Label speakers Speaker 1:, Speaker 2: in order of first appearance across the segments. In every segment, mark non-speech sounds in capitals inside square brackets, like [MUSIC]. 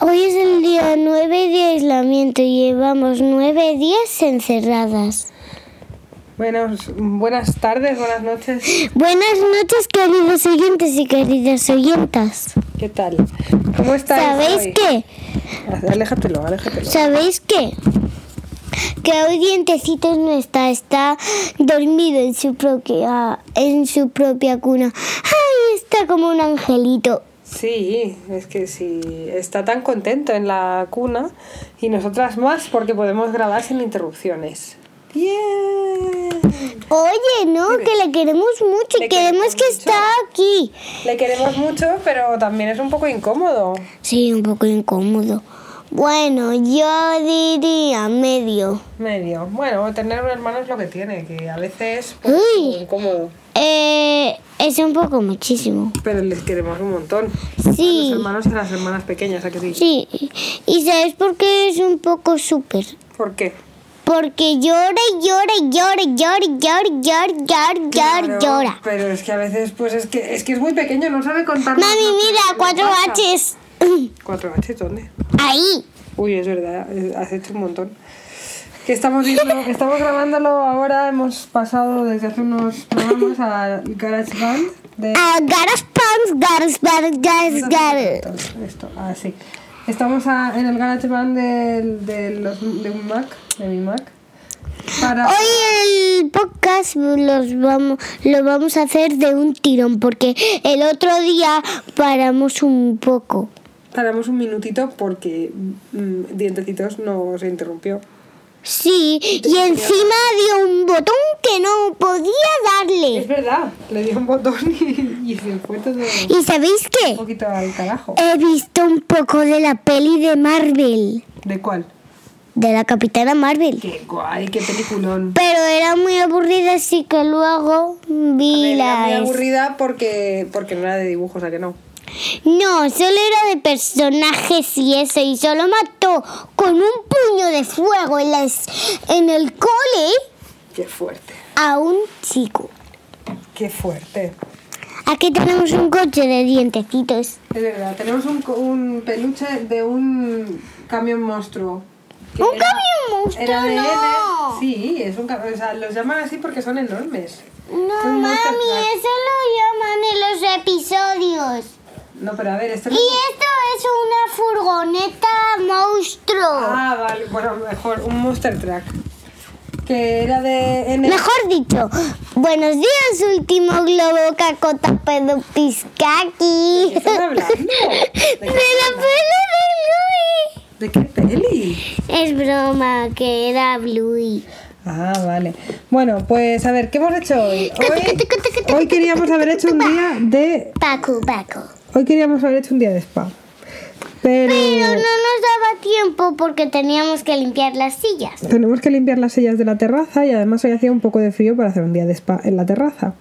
Speaker 1: Hoy es el día 9 de aislamiento y llevamos nueve días encerradas.
Speaker 2: Buenos, buenas tardes, buenas noches.
Speaker 1: Buenas noches, queridos oyentes y queridas oyentas.
Speaker 2: ¿Qué tal? ¿Cómo estáis?
Speaker 1: ¿Sabéis
Speaker 2: hoy?
Speaker 1: qué?
Speaker 2: Aléjatelo, aléjatelo.
Speaker 1: ¿Sabéis qué? Que hoy Dientecitos no está, está dormido en su propia, en su propia cuna. ¡Ay, está como un angelito!
Speaker 2: Sí, es que sí, está tan contento en la cuna y nosotras más porque podemos grabar sin interrupciones. ¡Bien!
Speaker 1: Oye, no, que le queremos mucho y
Speaker 2: Le
Speaker 1: queremos
Speaker 2: queremos
Speaker 1: que
Speaker 2: mucho.
Speaker 1: está aquí.
Speaker 2: Le queremos mucho, pero también es un poco incómodo.
Speaker 1: Sí, un poco incómodo. Bueno, yo diría medio.
Speaker 2: Medio. Bueno, tener un hermano es lo que tiene, que a veces pues,
Speaker 1: Uy.
Speaker 2: es incómodo.
Speaker 1: Eh, es un poco muchísimo.
Speaker 2: Pero les queremos un montón. Los
Speaker 1: Sí,
Speaker 2: hermanos y las hermanas pequeñas, ¿a que sí?
Speaker 1: sí. ¿Y sabes por qué es un poco súper?
Speaker 2: ¿Por qué?
Speaker 1: Porque llora y llora y llora y llora y llora y llora y llora y llora y
Speaker 2: Claro,
Speaker 1: llora.
Speaker 2: Pero es que a veces, pues es que es que es muy pequeño, Ah, no sabe contar.
Speaker 1: Mami, mira, cuatro H's. [CLEARS THROAT]
Speaker 2: ¿Cuatro H dónde?
Speaker 1: Ahí.
Speaker 2: Uy, es verdad, eh, has hecho un montón. Que estamos, viendo- que estamos grabándolo ahora, hemos pasado desde hace unos programas al GarageBand de...
Speaker 1: Ah, garas pants, garas pants, garas, garas.
Speaker 2: Esto, así. Estamos a- en el GarageBand del- de, los- de un Mac, de mi Mac. Para...
Speaker 1: Hoy el podcast los vamos, lo vamos a hacer de un tirón porque el otro día paramos un poco.
Speaker 2: Paramos un minutito porque mm, Dientecitos no se interrumpió.
Speaker 1: Sí, y encima dio un botón que no podía
Speaker 2: Es
Speaker 1: darle.
Speaker 2: verdad, le di un botón y, y se fue todo un
Speaker 1: ¿Y sabéis qué?
Speaker 2: poquito al carajo.
Speaker 1: He visto un poco de la peli de Marvel,
Speaker 2: ¿De cuál?
Speaker 1: de la Capitana Marvel.
Speaker 2: Qué guay, qué peliculón.
Speaker 1: Pero era muy aburrida, así que luego vi
Speaker 2: Era muy
Speaker 1: la...
Speaker 2: aburrida porque, porque no era de dibujos, ¿a que no?
Speaker 1: No, solo era de personajes y eso, y solo mató con un puño de fuego en, las- en el cole
Speaker 2: Qué fuerte.
Speaker 1: a un chico.
Speaker 2: Qué fuerte.
Speaker 1: Aquí tenemos un coche de dientecitos.
Speaker 2: Es verdad, tenemos un, co- un peluche de un camión monstruo. Que
Speaker 1: ¡Un
Speaker 2: era-
Speaker 1: camión monstruo,
Speaker 2: Era de
Speaker 1: no!
Speaker 2: N. Sí, es un camión. O sea, los llaman así porque son enormes.
Speaker 1: No,
Speaker 2: Un monster
Speaker 1: mami,
Speaker 2: truck.
Speaker 1: eso lo llaman en los episodios.
Speaker 2: No, pero a ver, este
Speaker 1: Y esto es una furgoneta monstruo.
Speaker 2: Ah, vale. Bueno, mejor, un monster track. Que era de N.
Speaker 1: Mejor dicho, buenos días, último globo cacota pedo piscaqui.
Speaker 2: [LAUGHS] qué estás hablando?
Speaker 1: [LAUGHS]
Speaker 2: ¿De qué
Speaker 1: De la pelo de Bluey.
Speaker 2: ¿De qué peli?
Speaker 1: Es broma, que era Bluey.
Speaker 2: Ah, vale. Bueno, pues a ver, ¿qué hemos hecho hoy? Hoy, hoy queríamos haber hecho un día de.
Speaker 1: Paco, Paco.
Speaker 2: Hoy queríamos haber hecho un día de spa. Pero
Speaker 1: Pero no nos daba tiempo porque teníamos que limpiar las sillas.
Speaker 2: tenemos que limpiar las sillas de la terraza y además hoy hacía un poco de frío para hacer un día de spa en la terraza.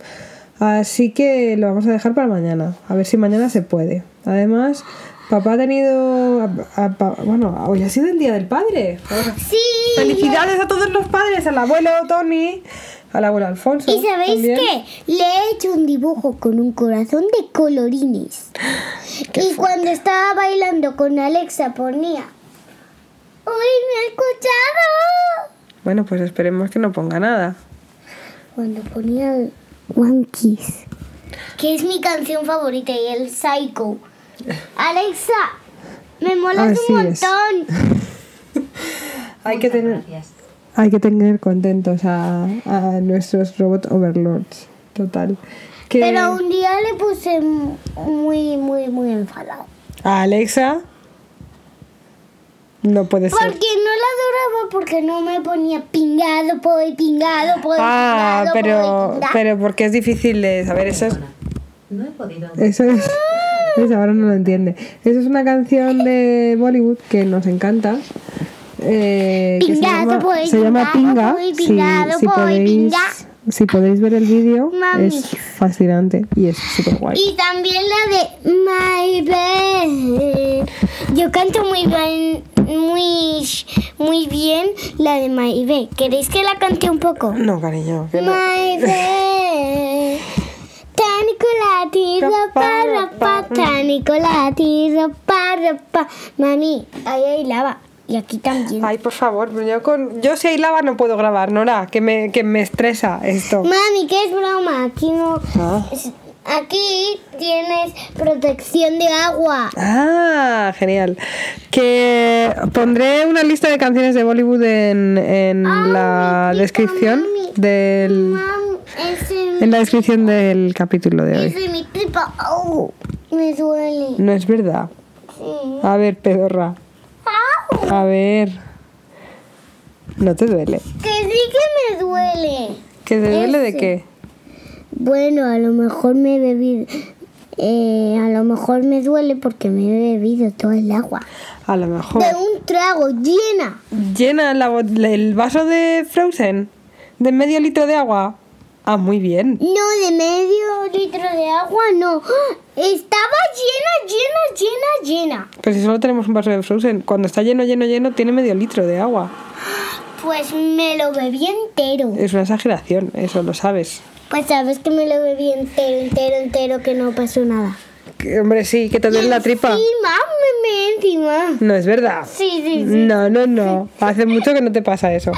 Speaker 2: Así que lo vamos a dejar para mañana. A ver si mañana se puede. Además, papá ha tenido. a- a- pa- bueno, hoy ha sido el día del padre. Vamos a-
Speaker 1: Sí.
Speaker 2: Felicidades a todos los padres, al abuelo Tony, al abuelo Alfonso.
Speaker 1: ¿Y sabéis
Speaker 2: también.
Speaker 1: qué? Le he hecho un dibujo con un corazón de
Speaker 2: [GASPS]
Speaker 1: colorines. Y cuando estaba bailando con Alexa ponía... ¡Uy, me ha escuchado!
Speaker 2: Bueno, pues esperemos que no ponga nada.
Speaker 1: Cuando ponía el One Kiss. Que es mi canción favorita y el Psycho. Alexa, me molas
Speaker 2: Así
Speaker 1: un
Speaker 2: es.
Speaker 1: montón.
Speaker 2: Hay que tener, hay que tener contentos a, a nuestros robot overlords. Total. Que
Speaker 1: Pero un día le puse m- muy, muy, muy enfadado.
Speaker 2: a Alexa no puede
Speaker 1: Porque no la
Speaker 2: ser.
Speaker 1: adoraba porque no me ponía pingado, poi, pingado, poi,
Speaker 2: Ah,
Speaker 1: pingado, poi,
Speaker 2: pero,
Speaker 1: pingado.
Speaker 2: pero porque es difícil de saber eso. Es,
Speaker 3: No he podido
Speaker 2: [LAUGHS] eso es,
Speaker 1: Ah.
Speaker 2: es- ahora no lo entiende. Eso es una canción de Bollywood que nos encanta. eh, que se
Speaker 1: Pingado,
Speaker 2: llama,
Speaker 1: voy,
Speaker 2: se llama
Speaker 1: pingado,
Speaker 2: Pinga.
Speaker 1: voy,
Speaker 2: Si-
Speaker 1: pingado,
Speaker 2: si,
Speaker 1: voy,
Speaker 2: podéis,
Speaker 1: pinga.
Speaker 2: si podéis ver el vídeo,
Speaker 1: Mami.
Speaker 2: es fascinante y es súper guay.
Speaker 1: Y también la de My Bed. Yo canto muy bien, muy, muy bien la de My Bed. ¿Queréis que la cante un poco?
Speaker 2: No, cariño, que no.
Speaker 1: My Bed. Ta, Nicolati, ropa, ropa, ta Nicolati, ropa, ropa. Mami, ahí hay lava. Y aquí también.
Speaker 2: Ay, por favor, yo, con, yo si hay lava no puedo grabar, Nora, que me, que me estresa esto.
Speaker 1: Mami, ¿qué es broma? Aquí no.
Speaker 2: Ah.
Speaker 1: es- Aquí tienes protección de agua.
Speaker 2: Ah, genial. Que pondré una lista de canciones de Bollywood en, en
Speaker 1: Ay,
Speaker 2: la
Speaker 1: mi
Speaker 2: descripción
Speaker 1: mami. Mm.
Speaker 2: del
Speaker 1: Mami, ese
Speaker 2: en la descripción del capítulo de hoy.
Speaker 1: ese mi tripa. Au, me duele.
Speaker 2: No es verdad.
Speaker 1: Sí.
Speaker 2: A ver, pedorra.
Speaker 1: Au,
Speaker 2: A ver. No te duele.
Speaker 1: que sí que me duele.
Speaker 2: ¿Que te duele de
Speaker 1: Ese.
Speaker 2: qué?
Speaker 1: Bueno, a lo mejor me he bebido. eh, a lo mejor me duele porque me he bebido todo el agua.
Speaker 2: A lo mejor.
Speaker 1: De un trago llena.
Speaker 2: Llena la bot- el vaso de Frozen de medio litro de agua. Ah, muy bien.
Speaker 1: No, de medio litro de agua, no. ¡Ah! Estaba llena, llena, llena, llena.
Speaker 2: Pero Pues si solo tenemos un vaso de Frozen, cuando está lleno, lleno, lleno, tiene medio litro de agua.
Speaker 1: Pues me lo bebí entero.
Speaker 2: Es una exageración, eso lo sabes.
Speaker 1: Pues sabes que me lo bebí entero, entero, entero, que no pasó nada.
Speaker 2: Que, hombre, sí, que te duele la tripa.
Speaker 1: Encima, me encima.
Speaker 2: No es verdad.
Speaker 1: Sí, sí, sí.
Speaker 2: No, no, no. Hace mucho que no te pasa eso.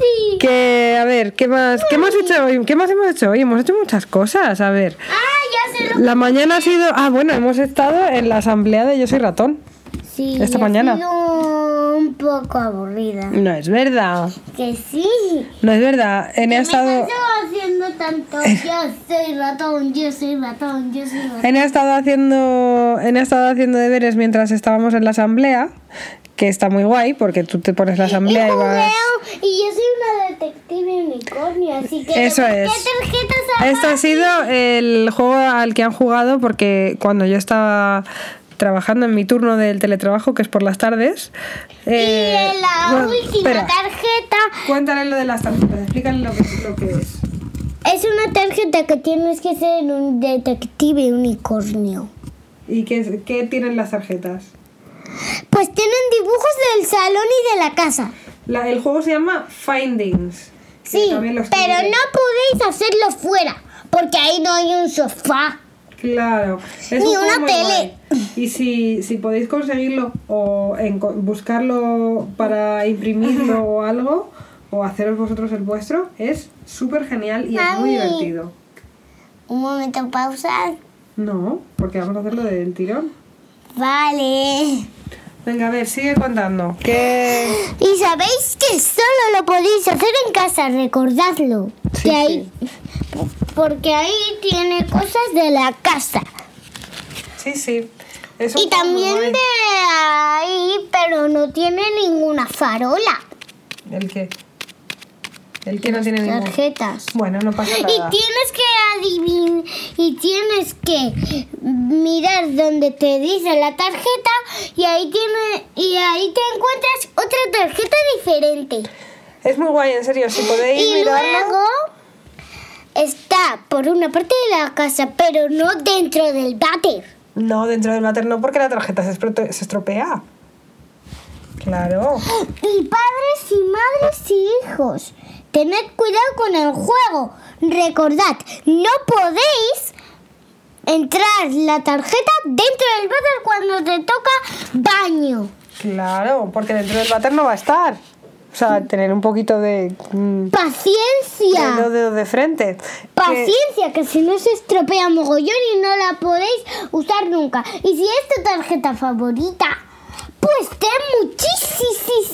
Speaker 1: Sí.
Speaker 2: Que, a ver, ¿qué más? ¿Qué hemos hecho hoy? ¿Qué más hemos hecho hoy? Hemos hecho muchas cosas, a ver.
Speaker 1: Ah, ya sé lo
Speaker 2: La mañana ha sido... Ah, bueno, hemos estado en la asamblea de Yo Soy Ratón.
Speaker 1: Sí,
Speaker 2: Esta
Speaker 1: ha
Speaker 2: mañana.
Speaker 1: sido un poco aburrida.
Speaker 2: No es verdad.
Speaker 1: Que sí.
Speaker 2: No es verdad. En he
Speaker 1: Me
Speaker 2: estado...
Speaker 1: canso haciendo
Speaker 2: [LAUGHS]
Speaker 1: tanto. Yo soy ratón, yo soy ratón, yo soy ratón.
Speaker 2: En he estado haciendo, en he estado haciendo deberes mientras estábamos en la asamblea, que está muy guay porque tú te pones la asamblea y
Speaker 1: y
Speaker 2: vas.
Speaker 1: jugueo, y yo soy una detective unicornio, así que.
Speaker 2: Eso
Speaker 1: ¿qué
Speaker 2: es.
Speaker 1: tarjetas hago?
Speaker 2: Este ha sido el juego al que han jugado porque cuando yo estaba trabajando en mi turno del teletrabajo, que es por las tardes. eh,
Speaker 1: y en la
Speaker 2: bueno,
Speaker 1: última
Speaker 2: espera,
Speaker 1: tarjeta
Speaker 2: Cuéntale lo de las tarjetas, explícale lo que, lo que es.
Speaker 1: es una tarjeta que tienes que ser un detective unicornio.
Speaker 2: ¿Y qué, es- qué tienen las tarjetas?
Speaker 1: Pues tienen dibujos del salón y de la casa.
Speaker 2: La- el juego se llama Findings. que
Speaker 1: Sí,
Speaker 2: también lo
Speaker 1: pero
Speaker 2: escribe-
Speaker 1: no podéis hacerlo fuera, porque ahí no hay un sofá.
Speaker 2: Claro. Es
Speaker 1: Ni
Speaker 2: un juego
Speaker 1: una
Speaker 2: muy
Speaker 1: tele.
Speaker 2: guay. Y si, si podéis conseguirlo o enco- buscarlo para imprimirlo o algo, o haceros vosotros el vuestro, es súper genial y es muy
Speaker 1: Mami.
Speaker 2: divertido.
Speaker 1: Un momento, pausa.
Speaker 2: No, porque vamos a hacerlo del tirón.
Speaker 1: Vale.
Speaker 2: Venga, a ver, sigue contando. ¿Qué?
Speaker 1: Y sabéis que solo lo podéis hacer en casa, recordadlo.
Speaker 2: Sí,
Speaker 1: que ahí, Porque ahí tiene cosas de la casa.
Speaker 2: Sí, sí. Es un
Speaker 1: Y
Speaker 2: juego muy
Speaker 1: también
Speaker 2: guay.
Speaker 1: de ahí, pero no tiene ninguna farola.
Speaker 2: ¿El qué? El que no tiene ningún...
Speaker 1: Tarjetas.
Speaker 2: Bueno, no pasa
Speaker 1: Y
Speaker 2: nada.
Speaker 1: tienes que adivinar y tienes que mirar donde te dice la tarjeta y ahí tiene y ahí te encuentras otra tarjeta diferente.
Speaker 2: Es muy guay, en serio. Si podéis
Speaker 1: Y
Speaker 2: mirarlo...
Speaker 1: luego está por una parte de la casa, pero no dentro del váter.
Speaker 2: No, dentro del váter no, porque la tarjeta se, esprote- se estropea. Claro.
Speaker 1: Y padres y madres y hijos, tened cuidado con el juego. Recordad, no podéis entrar la tarjeta dentro del váter cuando te toca baño.
Speaker 2: Claro, porque dentro del váter no va a estar. O sea, tener un poquito de... mm, de
Speaker 1: Paciencia.
Speaker 2: dos dedos de frente. Que-
Speaker 1: Paciencia, que si no se estropea mogollón y no la podéis usar nunca. Y si es tu tarjeta favorita, pues ten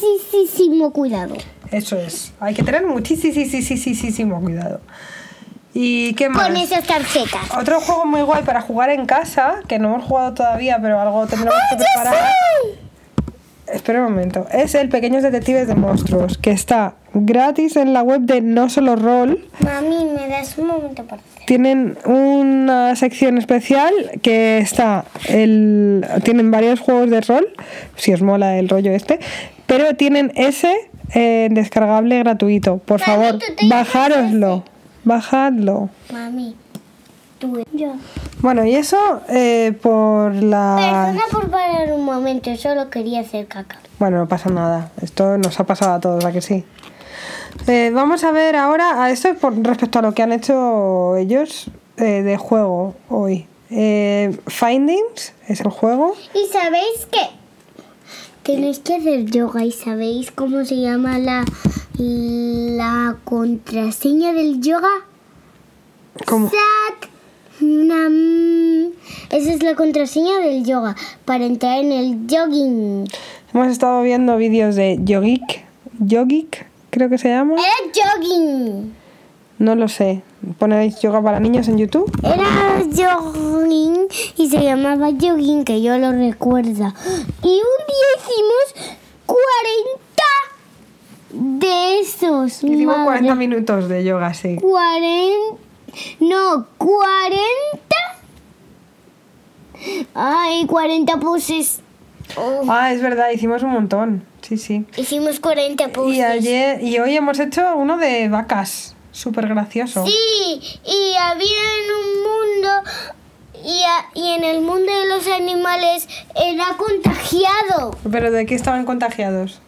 Speaker 1: muchísimo cuidado.
Speaker 2: Eso es. Hay que tener muchísimo cuidado. ¿Y qué más?
Speaker 1: Con esas tarjetas.
Speaker 2: Otro juego muy guay para jugar en casa, que no hemos jugado todavía, pero algo tendremos que preparar. Espera un momento. Es el Pequeños Detectives de Monstruos, que está gratis en la web de No Solo Roll.
Speaker 1: Mami, me das un momento para
Speaker 2: Tienen una sección especial que está el tienen varios juegos de rol, si os mola el rollo este, pero tienen ese en descargable gratuito. Por
Speaker 1: Mami,
Speaker 2: favor,
Speaker 1: tú te llamas
Speaker 2: bajároslo. Bajadlo.
Speaker 1: Mami, tú. Yo.
Speaker 2: Bueno, y eso eh, por la...
Speaker 1: Perdona por parar un momento, solo quería hacer caca.
Speaker 2: Bueno, no pasa nada. Esto nos ha pasado a todos, ¿a que sí? Eh, vamos a ver ahora, a esto es por respecto a lo que han hecho ellos eh, de juego hoy. Eh, Findings es el juego.
Speaker 1: ¿Y sabéis qué? Tenéis que hacer yoga y sabéis cómo se llama la, la contraseña del yoga.
Speaker 2: ¿Cómo?
Speaker 1: Sat Nam. Esa es la contraseña del yoga para entrar en el jogging.
Speaker 2: Hemos estado viendo vídeos de Yogik. Yogik, creo que se llama.
Speaker 1: Era jogging.
Speaker 2: No lo sé. Ponéis yoga para niños en YouTube.
Speaker 1: Era jogging y se llamaba jogging, que yo lo recuerda. Y un día hicimos 40 de esos.
Speaker 2: Hicimos
Speaker 1: madre.
Speaker 2: 40 minutos de yoga, sí.
Speaker 1: 40. No, 40. Ay, 40 poses. Oh,
Speaker 2: Ah, es verdad, hicimos un montón. Sí, sí.
Speaker 1: hicimos 40 poses.
Speaker 2: Y ayer y hoy hemos hecho uno de vacas. Súper gracioso.
Speaker 1: Sí, y había en un mundo. Y, a- y en el mundo de los animales era contagiado.
Speaker 2: ¿Pero de qué estaban contagiados?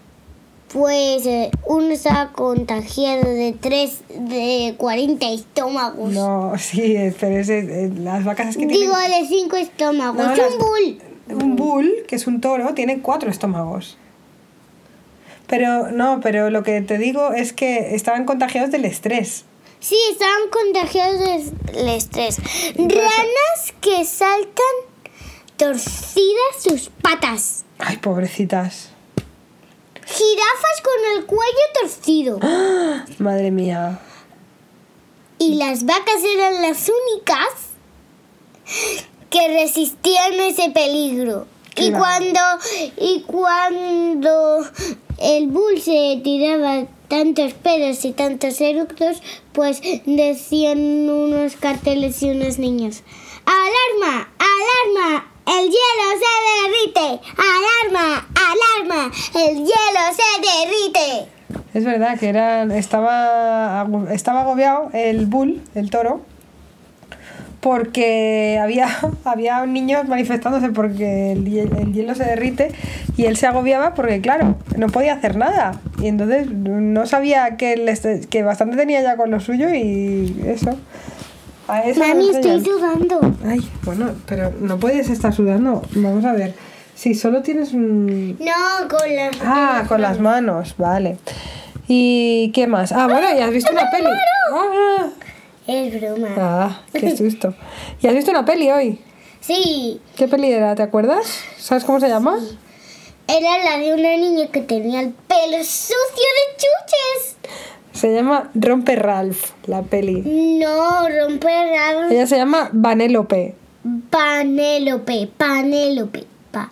Speaker 1: Pues eh, uno estaba contagiado de 3 de 40 estómagos.
Speaker 2: No, [LAUGHS] sí, es- pero es, es- es- las vacas es que
Speaker 1: Digo, de 5 estómagos.
Speaker 2: No,
Speaker 1: un
Speaker 2: las-
Speaker 1: bull.
Speaker 2: tienen... Un bull, que es un toro, tiene cuatro estómagos. Pero no, pero lo que te digo es que estaban contagiados del estrés.
Speaker 1: Sí, estaban contagiados del estrés. Ranas que saltan torcidas sus patas.
Speaker 2: Ay, pobrecitas.
Speaker 1: Jirafas con el cuello torcido.
Speaker 2: Madre mía.
Speaker 1: Y las vacas eran las únicas que resistían ese peligro. Y
Speaker 2: Claro.
Speaker 1: cuando y cuando el bull se tiraba tantos pedos y tantos eructos, pues decían unos carteles y unas niñas. Alarma, alarma, el hielo se derrite. Alarma, alarma, el hielo se derrite.
Speaker 2: Es verdad que era, estaba, ago- estaba agobiado el bull, el toro, porque había, [LAUGHS] había niños manifestándose porque el, hie- el hielo se derrite y él se agobiaba porque, claro, no podía hacer nada. Y entonces no sabía que, el est- que bastante tenía ya con lo suyo y eso. A eso
Speaker 1: Mami,
Speaker 2: nos enseñan.
Speaker 1: estoy sudando.
Speaker 2: Ay, bueno, pero no puedes estar sudando. Vamos a ver. Si solo tienes un...
Speaker 1: No, con las
Speaker 2: Ah, con las manos, vale. ¿Y qué más? Ah, bueno, y has visto una peli. Ah,
Speaker 1: Es broma.
Speaker 2: ah, qué susto. ¿Y has visto una peli hoy?
Speaker 1: Sí,
Speaker 2: ¿Qué peli era? ¿Te acuerdas? ¿Sabes cómo se llama?
Speaker 1: era la de una niña que tenía el pelo sucio de chuches.
Speaker 2: Se llama Rompe Ralph, la peli.
Speaker 1: No, romper a
Speaker 2: Ella se llama Vanélope.
Speaker 1: Panélope, Panélope, pa,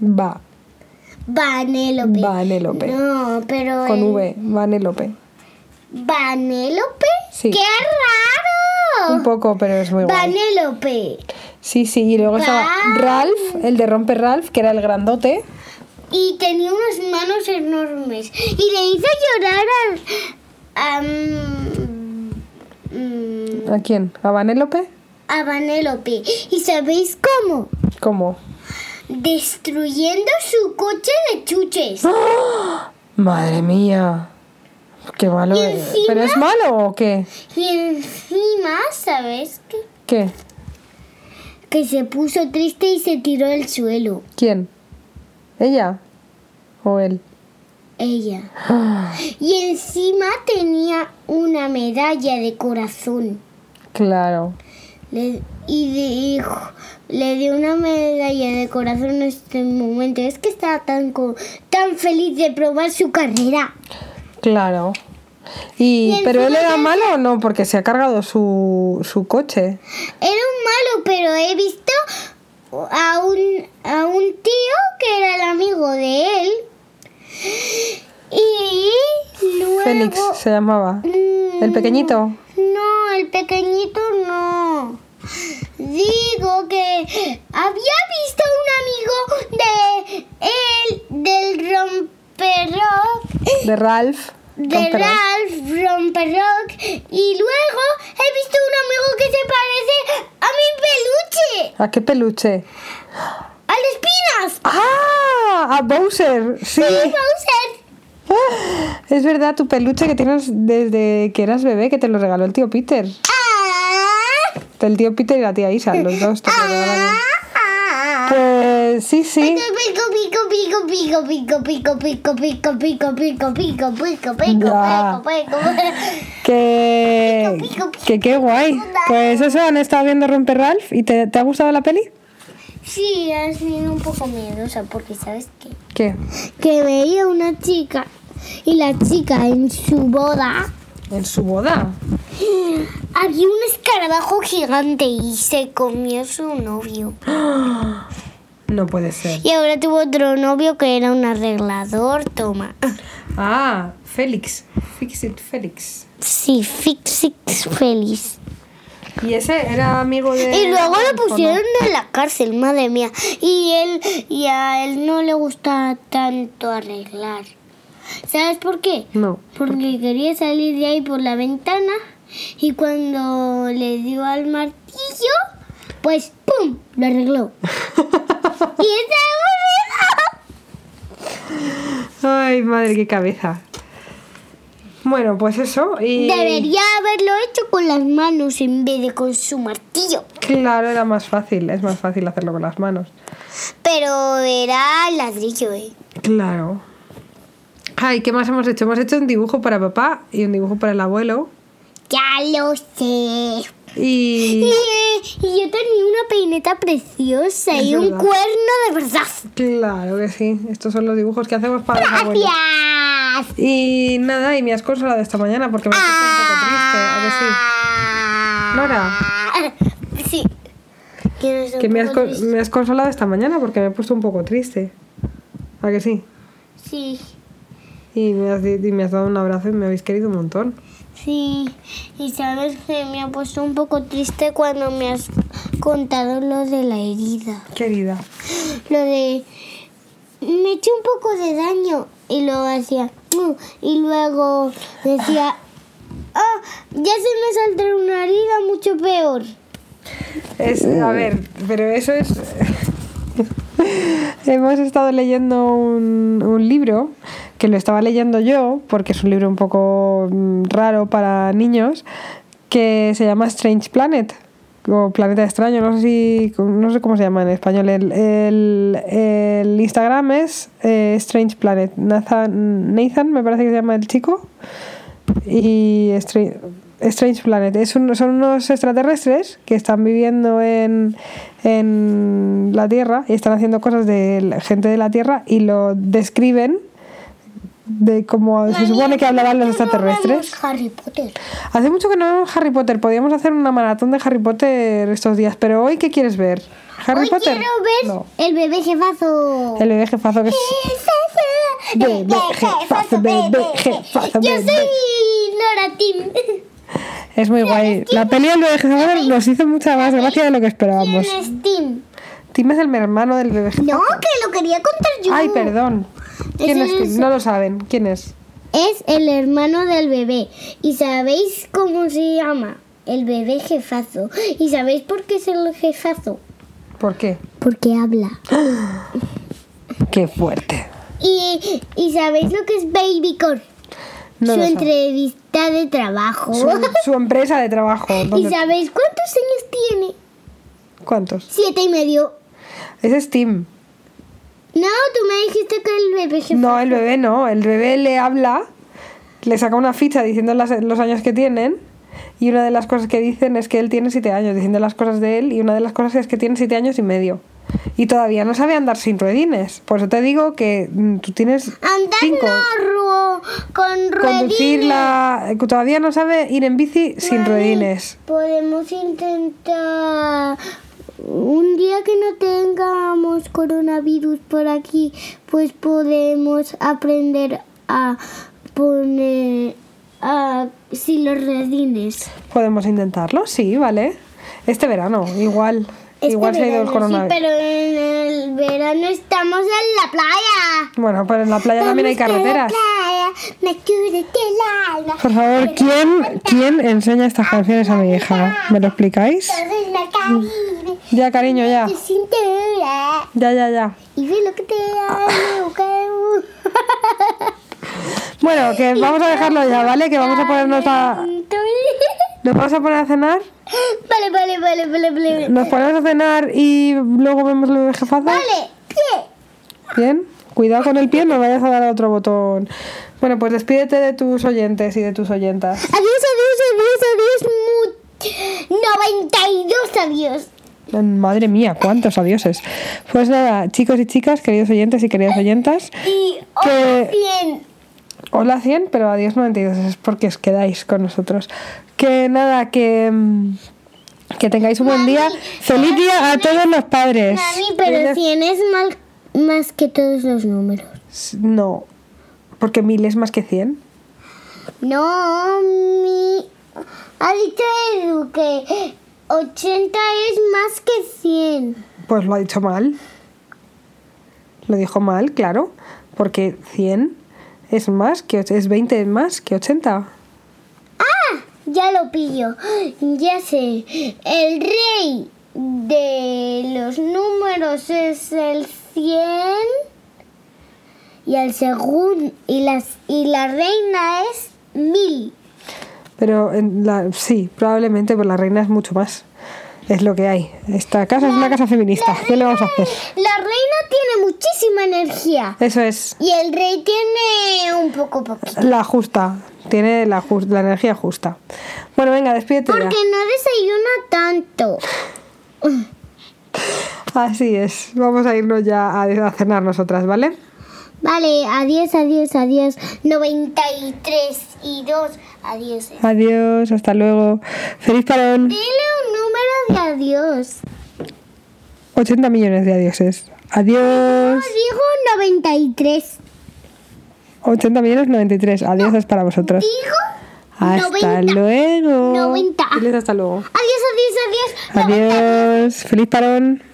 Speaker 2: Va,
Speaker 1: Vanélope.
Speaker 2: Vanélope.
Speaker 1: No, pero.
Speaker 2: con
Speaker 1: el-
Speaker 2: V, Vanélope.
Speaker 1: ¿Vanélope?
Speaker 2: Sí.
Speaker 1: ¡Qué
Speaker 2: Un
Speaker 1: raro!
Speaker 2: poco, pero es muy guay.
Speaker 1: Vanélope.
Speaker 2: Sí, sí, y luego estaba Ralph, el de Rompe Ralph, que era el grandote.
Speaker 1: Y tenía unas manos enormes. Y le hizo llorar al. a. mm,
Speaker 2: ¿A quién? ¿A Vanélope?
Speaker 1: a Vanélope. ¿Y sabéis cómo?
Speaker 2: ¿Cómo?
Speaker 1: Destruyendo su coche de chuches.
Speaker 2: [GASPS] Madre mía. Qué malo.
Speaker 1: Y
Speaker 2: es.
Speaker 1: encima-
Speaker 2: ¿Pero es malo o qué?
Speaker 1: Y encima, ¿sabes qué?
Speaker 2: ¿Qué?
Speaker 1: Que se puso triste y se tiró al suelo.
Speaker 2: ¿Quién? ¿Ella? ¿O él? [GASPS]
Speaker 1: Ella. Y encima tenía una medalla de corazón.
Speaker 2: Claro.
Speaker 1: Le- y dijo, le dio una medalla de corazón en este momento. Es que estaba tan, co- tan feliz de probar su carrera.
Speaker 2: Claro. Y,
Speaker 1: Y
Speaker 2: ¿Pero él
Speaker 1: encima
Speaker 2: era
Speaker 1: de-
Speaker 2: malo o no? Porque se ha cargado su, su coche.
Speaker 1: Era un malo, pero he visto a un, a un tío que era el amigo de él. Y luego...
Speaker 2: Félix se llamaba.
Speaker 1: Mm,
Speaker 2: ¿El pequeñito?
Speaker 1: No, el pequeñito no. Digo que había visto un amigo de él, del romperrock,
Speaker 2: ¿De Ralph?
Speaker 1: Mm. de
Speaker 2: Romperá.
Speaker 1: Ralph Romperrock y luego he visto un amigo que se parece a mi peluche,
Speaker 2: ¿A qué peluche?
Speaker 1: al espinas.
Speaker 2: ¡Ah! A Bowser. Sí.
Speaker 1: Y Bowser.
Speaker 2: Es verdad, tu peluche que tienes desde que eras bebé, que te lo regaló el tío Peter.
Speaker 1: Ah,
Speaker 2: ¿Te El tío Peter y la tía Isa, los dos. te lo regalaron. Pues sí, sí.
Speaker 1: Pico, pico, pico, pico, pico, pico, pico, pico, pico, pico, pico, pico, pico,
Speaker 2: Ya.
Speaker 1: pico, pico, pico. [LAUGHS]
Speaker 2: Que, que qué guay. Pues eso, han estado viendo Romper Ralph. ¿Y te, te ha gustado la peli?
Speaker 1: Sí, ha sido un poco miedosa porque, ¿sabes qué?
Speaker 2: ¿Qué?
Speaker 1: Que veía una chica y la chica en su boda
Speaker 2: En su boda.
Speaker 1: había un escarabajo gigante y se comió su novio.
Speaker 2: No puede ser.
Speaker 1: Y ahora tuvo otro novio que era un arreglador, toma.
Speaker 2: Ah, Félix. Fix it, Félix.
Speaker 1: Sí, Fixix feliz.
Speaker 2: Y ese era amigo de.
Speaker 1: Y luego lo pusieron en la cárcel, madre mía. Y él y a él no le gusta tanto arreglar. ¿Sabes por qué?
Speaker 2: No. [LAUGHS]
Speaker 1: Porque quería salir de ahí por la ventana y cuando le dio al martillo, pues ¡pum! lo arregló. y está
Speaker 2: Ay, madre, qué cabeza. Bueno, pues eso. Y...
Speaker 1: aburrido. Debería haberlo hecho con las manos en vez de con su martillo.
Speaker 2: Claro, era más fácil. Es más fácil hacerlo con las manos.
Speaker 1: Pero era ladrillo, ¿eh?
Speaker 2: Claro. Ay, ¿qué más hemos hecho? Hemos hecho un dibujo para papá y un dibujo para el abuelo.
Speaker 1: Ya lo sé. Y,
Speaker 2: Y.
Speaker 1: [LAUGHS] y yo tenía una peineta preciosa
Speaker 2: Es
Speaker 1: y un
Speaker 2: verdad.
Speaker 1: cuerno de verdad.
Speaker 2: Claro que sí. Estos son los dibujos que hacemos para los abuelos.
Speaker 1: Gracias.
Speaker 2: Y nada, y me has consolado esta mañana porque me has puesto un poco triste. ¿a que sí?
Speaker 1: Nora. Ah. [LAUGHS] Sí. Que, no
Speaker 2: Que me has, con-
Speaker 1: Ah.
Speaker 2: me has consolado esta mañana porque me he puesto un poco triste. ¿A que sí?
Speaker 1: Sí,
Speaker 2: Y me has, di- y me has dado un abrazo y me habéis querido un montón.
Speaker 1: sí. Y sabes que me ha puesto un poco triste cuando me has contado lo de la herida.
Speaker 2: Querida.
Speaker 1: Lo de... Me eché un poco de daño y luego hacía... "Mm", Y luego
Speaker 2: [COUGHS]
Speaker 1: decía... Ah, ya se me saldrá una herida mucho peor.
Speaker 2: Es, a ver, pero eso es... [LAUGHS] Hemos estado leyendo un, un libro que lo estaba leyendo yo, porque es un libro un poco mm, raro para niños, que se llama Strange Planet, o Planeta Extraño, no sé, si, no sé cómo se llama en español. El, el- el Instagram es eh, Strange Planet. Nathan, Nathan, me parece que se llama el chico, y Strange, Strange Planet. Es un- son unos extraterrestres que están viviendo en, en la Tierra y están haciendo cosas de la gente de la Tierra y lo describen de como se supone que hablarán los extraterrestres.
Speaker 1: Harry Potter.
Speaker 2: Hace mucho que no vemos Harry Potter. Podríamos hacer una maratón de Harry Potter estos días, pero hoy ¿qué quieres ver? Harry
Speaker 1: Hoy
Speaker 2: Potter.
Speaker 1: quiero ver
Speaker 2: No.
Speaker 1: el bebé jefazo.
Speaker 2: El bebé jefazo que es Bebé jefazo, bebé jefazo,
Speaker 1: Yo
Speaker 2: bebé.
Speaker 1: soy Nora Tim.
Speaker 2: Es muy guay. La peli del bebé jefazo nos hizo mucha más gracia de lo que
Speaker 1: ¿Quién
Speaker 2: esperábamos.
Speaker 1: es Tim?
Speaker 2: Tim es el hermano del bebé jefazo.
Speaker 1: No, que lo quería contar yo.
Speaker 2: Ay, perdón. ¿Quién
Speaker 1: Ese
Speaker 2: es Tim?
Speaker 1: es-
Speaker 2: No lo saben. ¿Quién es?
Speaker 1: Es el hermano del bebé. ¿Y sabéis cómo se llama? El bebé jefazo. ¿Y sabéis por qué es el jefazo?
Speaker 2: ¿Por qué?
Speaker 1: Porque habla.
Speaker 2: Qué fuerte.
Speaker 1: ¿Y, y sabéis lo que es Baby Core?
Speaker 2: No
Speaker 1: Su
Speaker 2: lo saben.
Speaker 1: entrevista de trabajo. [LAUGHS]
Speaker 2: Su, su empresa de trabajo.
Speaker 1: ¿Y
Speaker 2: ¿dónde-
Speaker 1: sabéis cuántos años tiene?
Speaker 2: ¿Cuántos?
Speaker 1: Siete y medio.
Speaker 2: Ese es Tim.
Speaker 1: No, tú me dijiste que el bebé jefazo.
Speaker 2: No, el bebé no. El bebé le habla, le saca una ficha diciendo las- los años que tienen. Y una de las cosas que dicen es que él tiene siete años, diciendo las cosas de él. Y una de las cosas es que tiene siete años y medio. Y todavía no sabe andar sin ruedines. Por eso te digo que mm, tú tienes
Speaker 1: Andar
Speaker 2: cinco.
Speaker 1: no, Ru- con
Speaker 2: Conducir
Speaker 1: ruedines.
Speaker 2: la... eh, Todavía no sabe ir en bici sin
Speaker 1: Mami,
Speaker 2: ruedines.
Speaker 1: Podemos intentar un día que no tengamos coronavirus por aquí, pues podemos aprender a poner a sí, los redines.
Speaker 2: Podemos intentarlo, sí, vale. Este verano, igual. igual se ha ido el
Speaker 1: Este sí,
Speaker 2: coronavirus.
Speaker 1: pero en el verano estamos en la playa.
Speaker 2: Bueno, pero en la playa también hay
Speaker 1: Vamos a la
Speaker 2: carreteras.
Speaker 1: playa, me cúbrete el alma.
Speaker 2: Por favor, ¿quién, ¿quién enseña estas canciones a mi hija? ¿Me lo explicáis?
Speaker 1: Todo en la Caribe,
Speaker 2: Ya, cariño, Mm. ya.
Speaker 1: tu cintura.
Speaker 2: Ya, ya, ya.
Speaker 1: Y ve lo que te hago, Cabu.
Speaker 2: [LAUGHS] Bueno, que vamos a dejarlo ya, ¿vale? Que vamos a ponernos a...
Speaker 1: Tanto.
Speaker 2: ¿Nos vamos a poner a cenar?
Speaker 1: Vale, vale, vale, vale, vale.
Speaker 2: Nos ponemos a cenar y luego vemos lo de jefaza.
Speaker 1: Vale, pie.
Speaker 2: Bien, cuidado con el pie, no vayas a dar a otro botón. Bueno, pues despídete de tus oyentes y de tus oyentas.
Speaker 1: Adiós, adiós, adiós, adiós. mu- 92 adiós.
Speaker 2: Madre mía, cuántos adioses. Pues nada, chicos y chicas, queridos oyentes y queridas oyentas,
Speaker 1: Y oh,
Speaker 2: Que-
Speaker 1: hoy 100.
Speaker 2: hola 100, pero adiós 92, es porque os quedáis con nosotros. Que nada, que, mm, que tengáis un buen
Speaker 1: Mami,
Speaker 2: día. Feliz día a todos los padres.
Speaker 1: Mami, pero
Speaker 2: Feliz-
Speaker 1: 100 es mal- más que todos los números.
Speaker 2: No, porque mil es más que 100.
Speaker 1: No, mi... Ha dicho Edu que 80 es más que 100.
Speaker 2: Pues lo ha dicho mal. Lo dijo mal, claro. Porque 100 es más que och- es 20 más que 80.
Speaker 1: Ya lo pillo. Ya sé. El rey de los números es el 100. Y el segundo... Y, las, y la reina es 1000.
Speaker 2: Pero en la- sí, probablemente por la reina es mucho más. Es lo que hay. Esta casa es una casa feminista. Ah, ¿Qué le vamos a hacer?
Speaker 1: La reina tiene muchísima energía.
Speaker 2: Eso es
Speaker 1: Y el rey tiene un poco poquito.
Speaker 2: la justa. Tiene la, jus- la energía justa. Bueno, venga, despídete ya.
Speaker 1: Porque no desayuna tanto.
Speaker 2: Así es. Vamos a irnos ya a, a cenar nosotras, ¿vale?
Speaker 1: Vale, adiós, adiós, adiós. 93 y 2, adiós.
Speaker 2: Adiós, hasta luego. Feliz parón.
Speaker 1: Dile un número de adiós.
Speaker 2: 80 millones de adioses. Adiós.
Speaker 1: No dijo 93.
Speaker 2: 80 millones 93. Adiós es para vosotros.
Speaker 1: Dijo
Speaker 2: Hasta
Speaker 1: 90.
Speaker 2: luego.
Speaker 1: 90.
Speaker 2: Diles hasta luego.
Speaker 1: Adiós, adiós, adiós. 90.
Speaker 2: Adiós. Feliz parón.